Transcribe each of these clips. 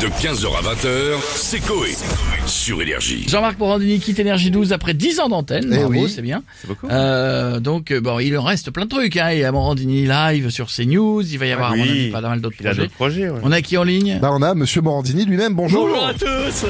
De 15h à 20h, c'est Coé. Sur Énergie. Jean-Marc Morandini quitte Énergie 12 après 10 ans d'antenne. Eh Bravo, oui. c'est bien. C'est beaucoup. Euh, donc, euh, bon, il en reste plein de trucs. Hein. Il y a Morandini Live sur CNews. Il va y avoir, à mon Ah Oui. avis, pas mal d'autres Il a projets. d'autres projets, ouais. On a qui en ligne Bah on a Monsieur Morandini lui-même, bonjour. Bonjour à tous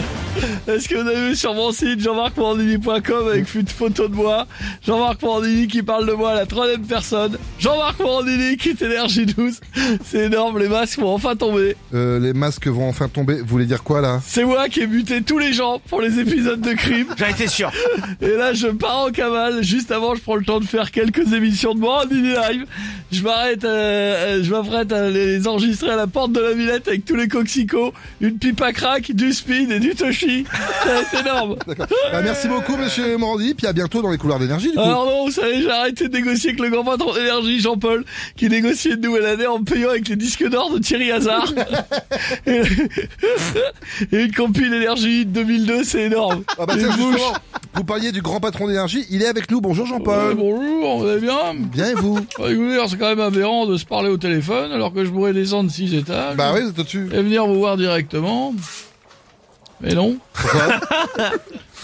Est-ce que vous avez vu sur mon site jean-marc-morandini.com avec une photo de moi Jean-Marc Morandini qui parle de moi à la troisième personne. Jean-Marc Morandini quitte Énergie 12. C'est énorme, les masques vont enfin tomber. Euh, les masques vont enfin tomber, vous voulez dire quoi là C'est moi qui ai buté tous les gens pour les épisodes de crime. J'en étais sûr. Et là, je pars en cavale. Juste avant, je prends le temps de faire quelques émissions de moi en Indie Live. Je m'arrête, euh, euh, je m'apprête à les enregistrer à la porte de la Villette avec tous les coxicots, une pipe à crack, du speed et du toshi. C'est énorme. Bah, Merci beaucoup Monsieur Morandini, puis à bientôt dans les couloirs d'énergie du coup. Alors non, vous savez, j'ai arrêté de négocier avec le grand patron d'énergie, Jean-Paul, qui négociait une nouvelle année en me payant avec les disques d'or de Thierry Hazard. et, et une compile énergie 2002, c'est énorme. Ah bah, Une tiens, bouche. justement, vous parliez du grand patron d'énergie, il est avec nous, bonjour Ouais, Jean-Paul. bonjour, on est bien Bien et vous Bah, écoutez, alors, c'est quand même aberrant de se parler au téléphone alors que je pourrais descendre six étages Bah oui, vous êtes au-dessus. et venir vous voir directement. Mais non.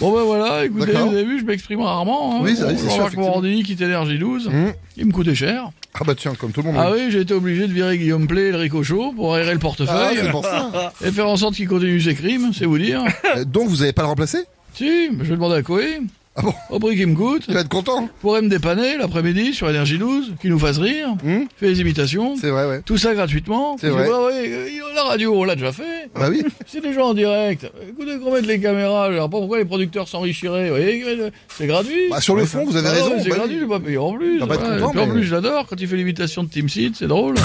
bon ben voilà, écoutez, D'accord. vous avez vu, je m'exprime rarement. Hein. Oui, c'est vrai, c'est sûr, Jean-Marc effectivement. Morandini quitte Énergie 12, Hmm. il me coûtait cher. Ah bah tiens, comme tout le monde. Ah oui, j'ai été obligé de virer Guillaume Play et le Ricochot pour aérer le Ah, portefeuille c'est pour ça. et faire en sorte qu'il continue ses crimes, c'est vous dire. Euh, Donc vous avez pas le remplacé si, je vais demander à Coé, Ah bon au prix qu'il me coûte, Il va être content. pourrait me dépanner l'après-midi sur Énergie 12, qu'il nous fasse rire, Hmm. fait les imitations. C'est vrai, ouais. Tout ça gratuitement. C'est Je dis, vrai. bah oui, euh, la radio, on l'a déjà fait. Bah oui. C'est des gens en direct. Écoutez qu'on mette les caméras. Alors pourquoi les producteurs s'enrichiraient Vous voyez, euh, C'est gratuit. Bah, sur le fond, vous avez Ah non, raison. mais C'est bah oui. gratuit, j'ai pas payé en plus. On va être Voilà. Et content, puis en mais- plus, je l'adore quand il fait l'imitation de Team Seed, c'est drôle.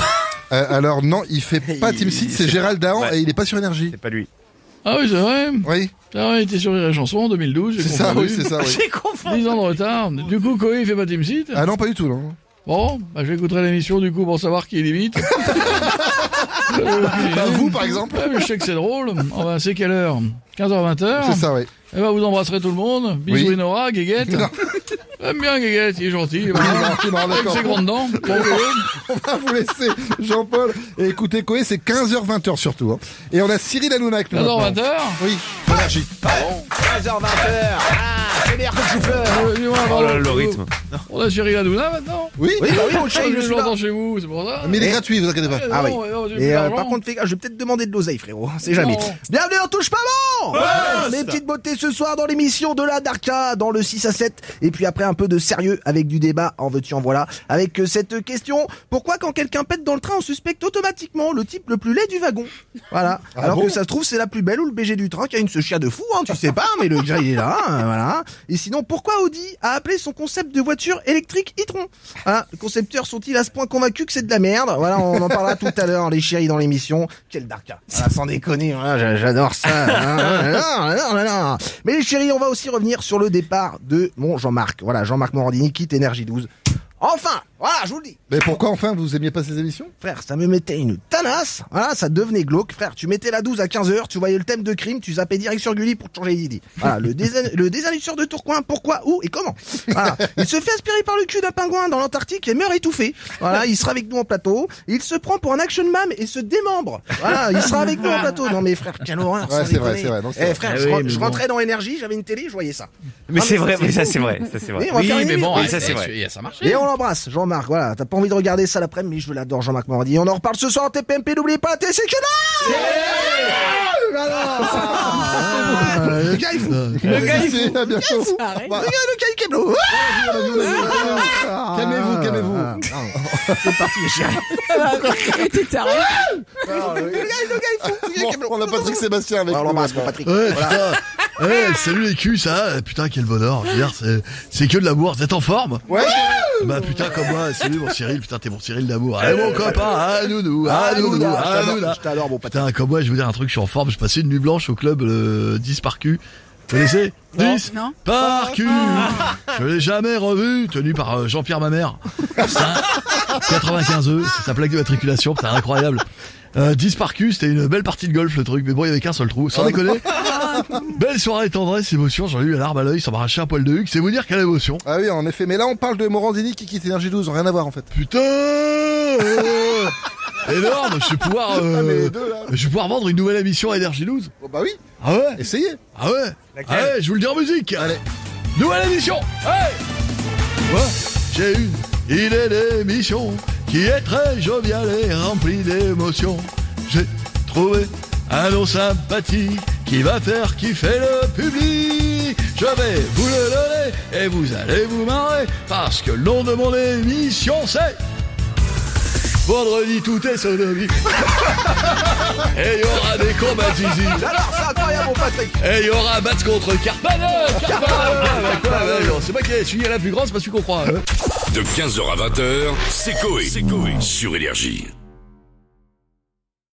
Euh, alors non, il fait pas Team Seed, c'est Gérald Dahan et Ouais. il est pas sur énergie. C'est pas lui. ah oui, c'est vrai. Oui, Ah ouais, il était sur les chansons en 2012. j'ai c'est ça, oui, confondu. c'est ça, oui. 10 ans de retard. Du coup, Koei, il fait pas Team Seed. Ah non, pas du tout, non. Bon, bah, j'écouterai l'émission du coup pour savoir qui est limite. Bah, vous, par exemple. Ouais, Ah, mais je sais que c'est drôle. Oh, bah, c'est quelle heure 15h, 20h C'est ça, oui. Eh ben, vous embrasserez tout le monde. Bisous Oui. et Nora, Guéguette. Non. J'aime bien Guéguette, il est gentil. Oui, voilà. non, c'est marrant, Avec d'accord. ses grandes dents. Ah. Bon, euh, On va vous laisser, Jean-Paul. Et écoutez, Coé, c'est 15h, 20h surtout. hein. Et on a Cyril Hanouna avec nous. 14 maintenant. 20h. Oui, énergie. 15h, 20h. Ah, c'est meilleur que le souffleur. Euh, dis-moi, Oh pardon, là, le vous- rythme. On a Cyril Hanouna maintenant. Oui, Oui, bah oui, on le Ah, chie, je je suis là. l'entends chez vous, c'est pour ça. Ah, mais il est gratuit, vous inquiétez pas. Eh, Ah non, oui. eh non, j'ai plus Et euh, d'argent. par contre, fais gaffe, je vais peut-être demander de l'oseille, frérot. hein, C'est jamais. Non. Bienvenue dans Touche pas bon Les petites beautés ce soir dans l'émission de la Darka, dans le 6 à 7. Et puis après, un peu de sérieux avec du débat, en veux-tu, en voilà. Avec euh, cette question pourquoi, quand quelqu'un pète dans le train, on suspecte automatiquement le type le plus laid du wagon Voilà. Ah Alors bon que ça se trouve, c'est la plus belle ou le BG du train qui a une ce chien de fou, hein, tu sais pas, mais le gars, il est là, hein, voilà. Et sinon, pourquoi Audi a appelé son concept de voiture électrique e-tron Hein, Les concepteurs sont-ils à ce point convaincus que c'est de la merde Voilà, on en parlera tout à l'heure, les chéris, dans l'émission. Quel darka Voilà, Sans déconner, voilà, j'a- j'adore ça hein, là, là, là, là, là. Mais les chéris, on va aussi revenir sur le départ de mon Jean-Marc. Voilà, Jean-Marc Morandini quitte Énergie 12. Enfin Voilà, je vous le dis Mais pourquoi enfin vous aimiez pas ces émissions Frère, ça me mettait une tanasse. Voilà, ça devenait glauque. Frère, tu mettais la 12 à 15h, tu voyais le thème de crime, tu zappais direct sur Gulli pour te changer d'idée. Voilà, le, désa- le désannuisseur de Tourcoing, pourquoi, où et comment. Voilà, il se fait aspirer par le cul d'un pingouin dans l'Antarctique et meurt étouffé. Voilà, il sera avec nous en plateau. Il se prend pour un action man et se démembre. Voilà, il sera avec nous en plateau. Non mais frère, quelle horreur. Ouais, sans c'est vrai, déconner. c'est vrai, non, c'est Eh, vrai. frère, Ah je, oui, ren- mais je bon. rentrais dans énergie, j'avais une télé, je voyais ça. Mais Ah, c'est mais vrai, c'est mais ça fou. c'est vrai, ça c'est Oui, vrai. on va faire Oui, une mais émission. bon, Oui, ça ça, c'est c'est vrai. Ça marche. Et on l'embrasse, Jean-Marc, voilà, t'as pas envie de regarder ça l'après-midi, mais je l'adore, Jean-Marc Morandi. On en reparle ce soir en TPMP, n'oublie pas, t'es c'est que Ah, là Oh Le gars, il fout Le à bientôt. Le gars, le gars, il câble. Calmez-vous, calmez-vous. Ah. C'est parti, les chéris. Le gars, le gars, il fout Le gars, il câble. Ah, Bon, on a Patrick Sébastien avec Ah, On nous. l'embrasse, mon Patrick. Ouais, putain. Ouais, salut les culs, ça. va Putain, quel bonheur. Je veux dire, c'est, c'est que de l'amour. T'es en forme Ouais, Bah putain, comme moi. Salut mon Cyril. Putain, t'es mon Cyril d'amour. Allez, mon copain. Ah, nounou. Ah, nounou. Nounouna, Ah, je nounouna. t'adore, je t'adore, mon Patrick. Putain, comme moi, je vais vous dire un truc. Je suis en forme. Je passais une nuit blanche au club le 10 par cul. Vous connaissez 10 Non. Ah. par cul. Je l'ai jamais revu. Tenu par euh, Jean-Pierre Mamère. Putain, 95 œufs. C'est sa plaque de matriculation. Putain, incroyable. Euh, 10 par cul, c'était une belle partie de golf le truc, mais bon, il y avait qu'un seul trou, Ah. sans déconner. Belle soirée, tendresse, émotion, j'en ai eu la larme à l'œil, ça m'a arraché un poil de huc, c'est vous dire quelle émotion. Ah oui, en effet. Mais là, on parle de Morandini qui quitte Énergie 12. Rien à voir, en fait. Putain énorme. Je vais pouvoir, euh, Ah, mais les deux, là. je vais pouvoir vendre une nouvelle émission à Energy 12. Bon, bah oui, Ah ouais essayez. Ah ouais Laquelle Ah ouais, je vous le dis en musique Allez Nouvelle émission Hey Moi, j'ai une Il est l'émission qui est très joviale et remplie d'émotions. J'ai trouvé un nom sympathique qui va faire kiffer le public. Je vais vous le donner et vous allez vous marrer parce que le nom de mon émission c'est... Vendredi tout est sodomie Et il y aura des combats zizi Alors, c'est incroyable, mon Patrick. et il y aura Batz contre Carpanel Carpanel ouais, ouais, ouais, C'est pas qui a signé la plus grande, c'est pas celui qu'on croit. hein. De 15h à 20h, c'est Coé. Sur Énergie.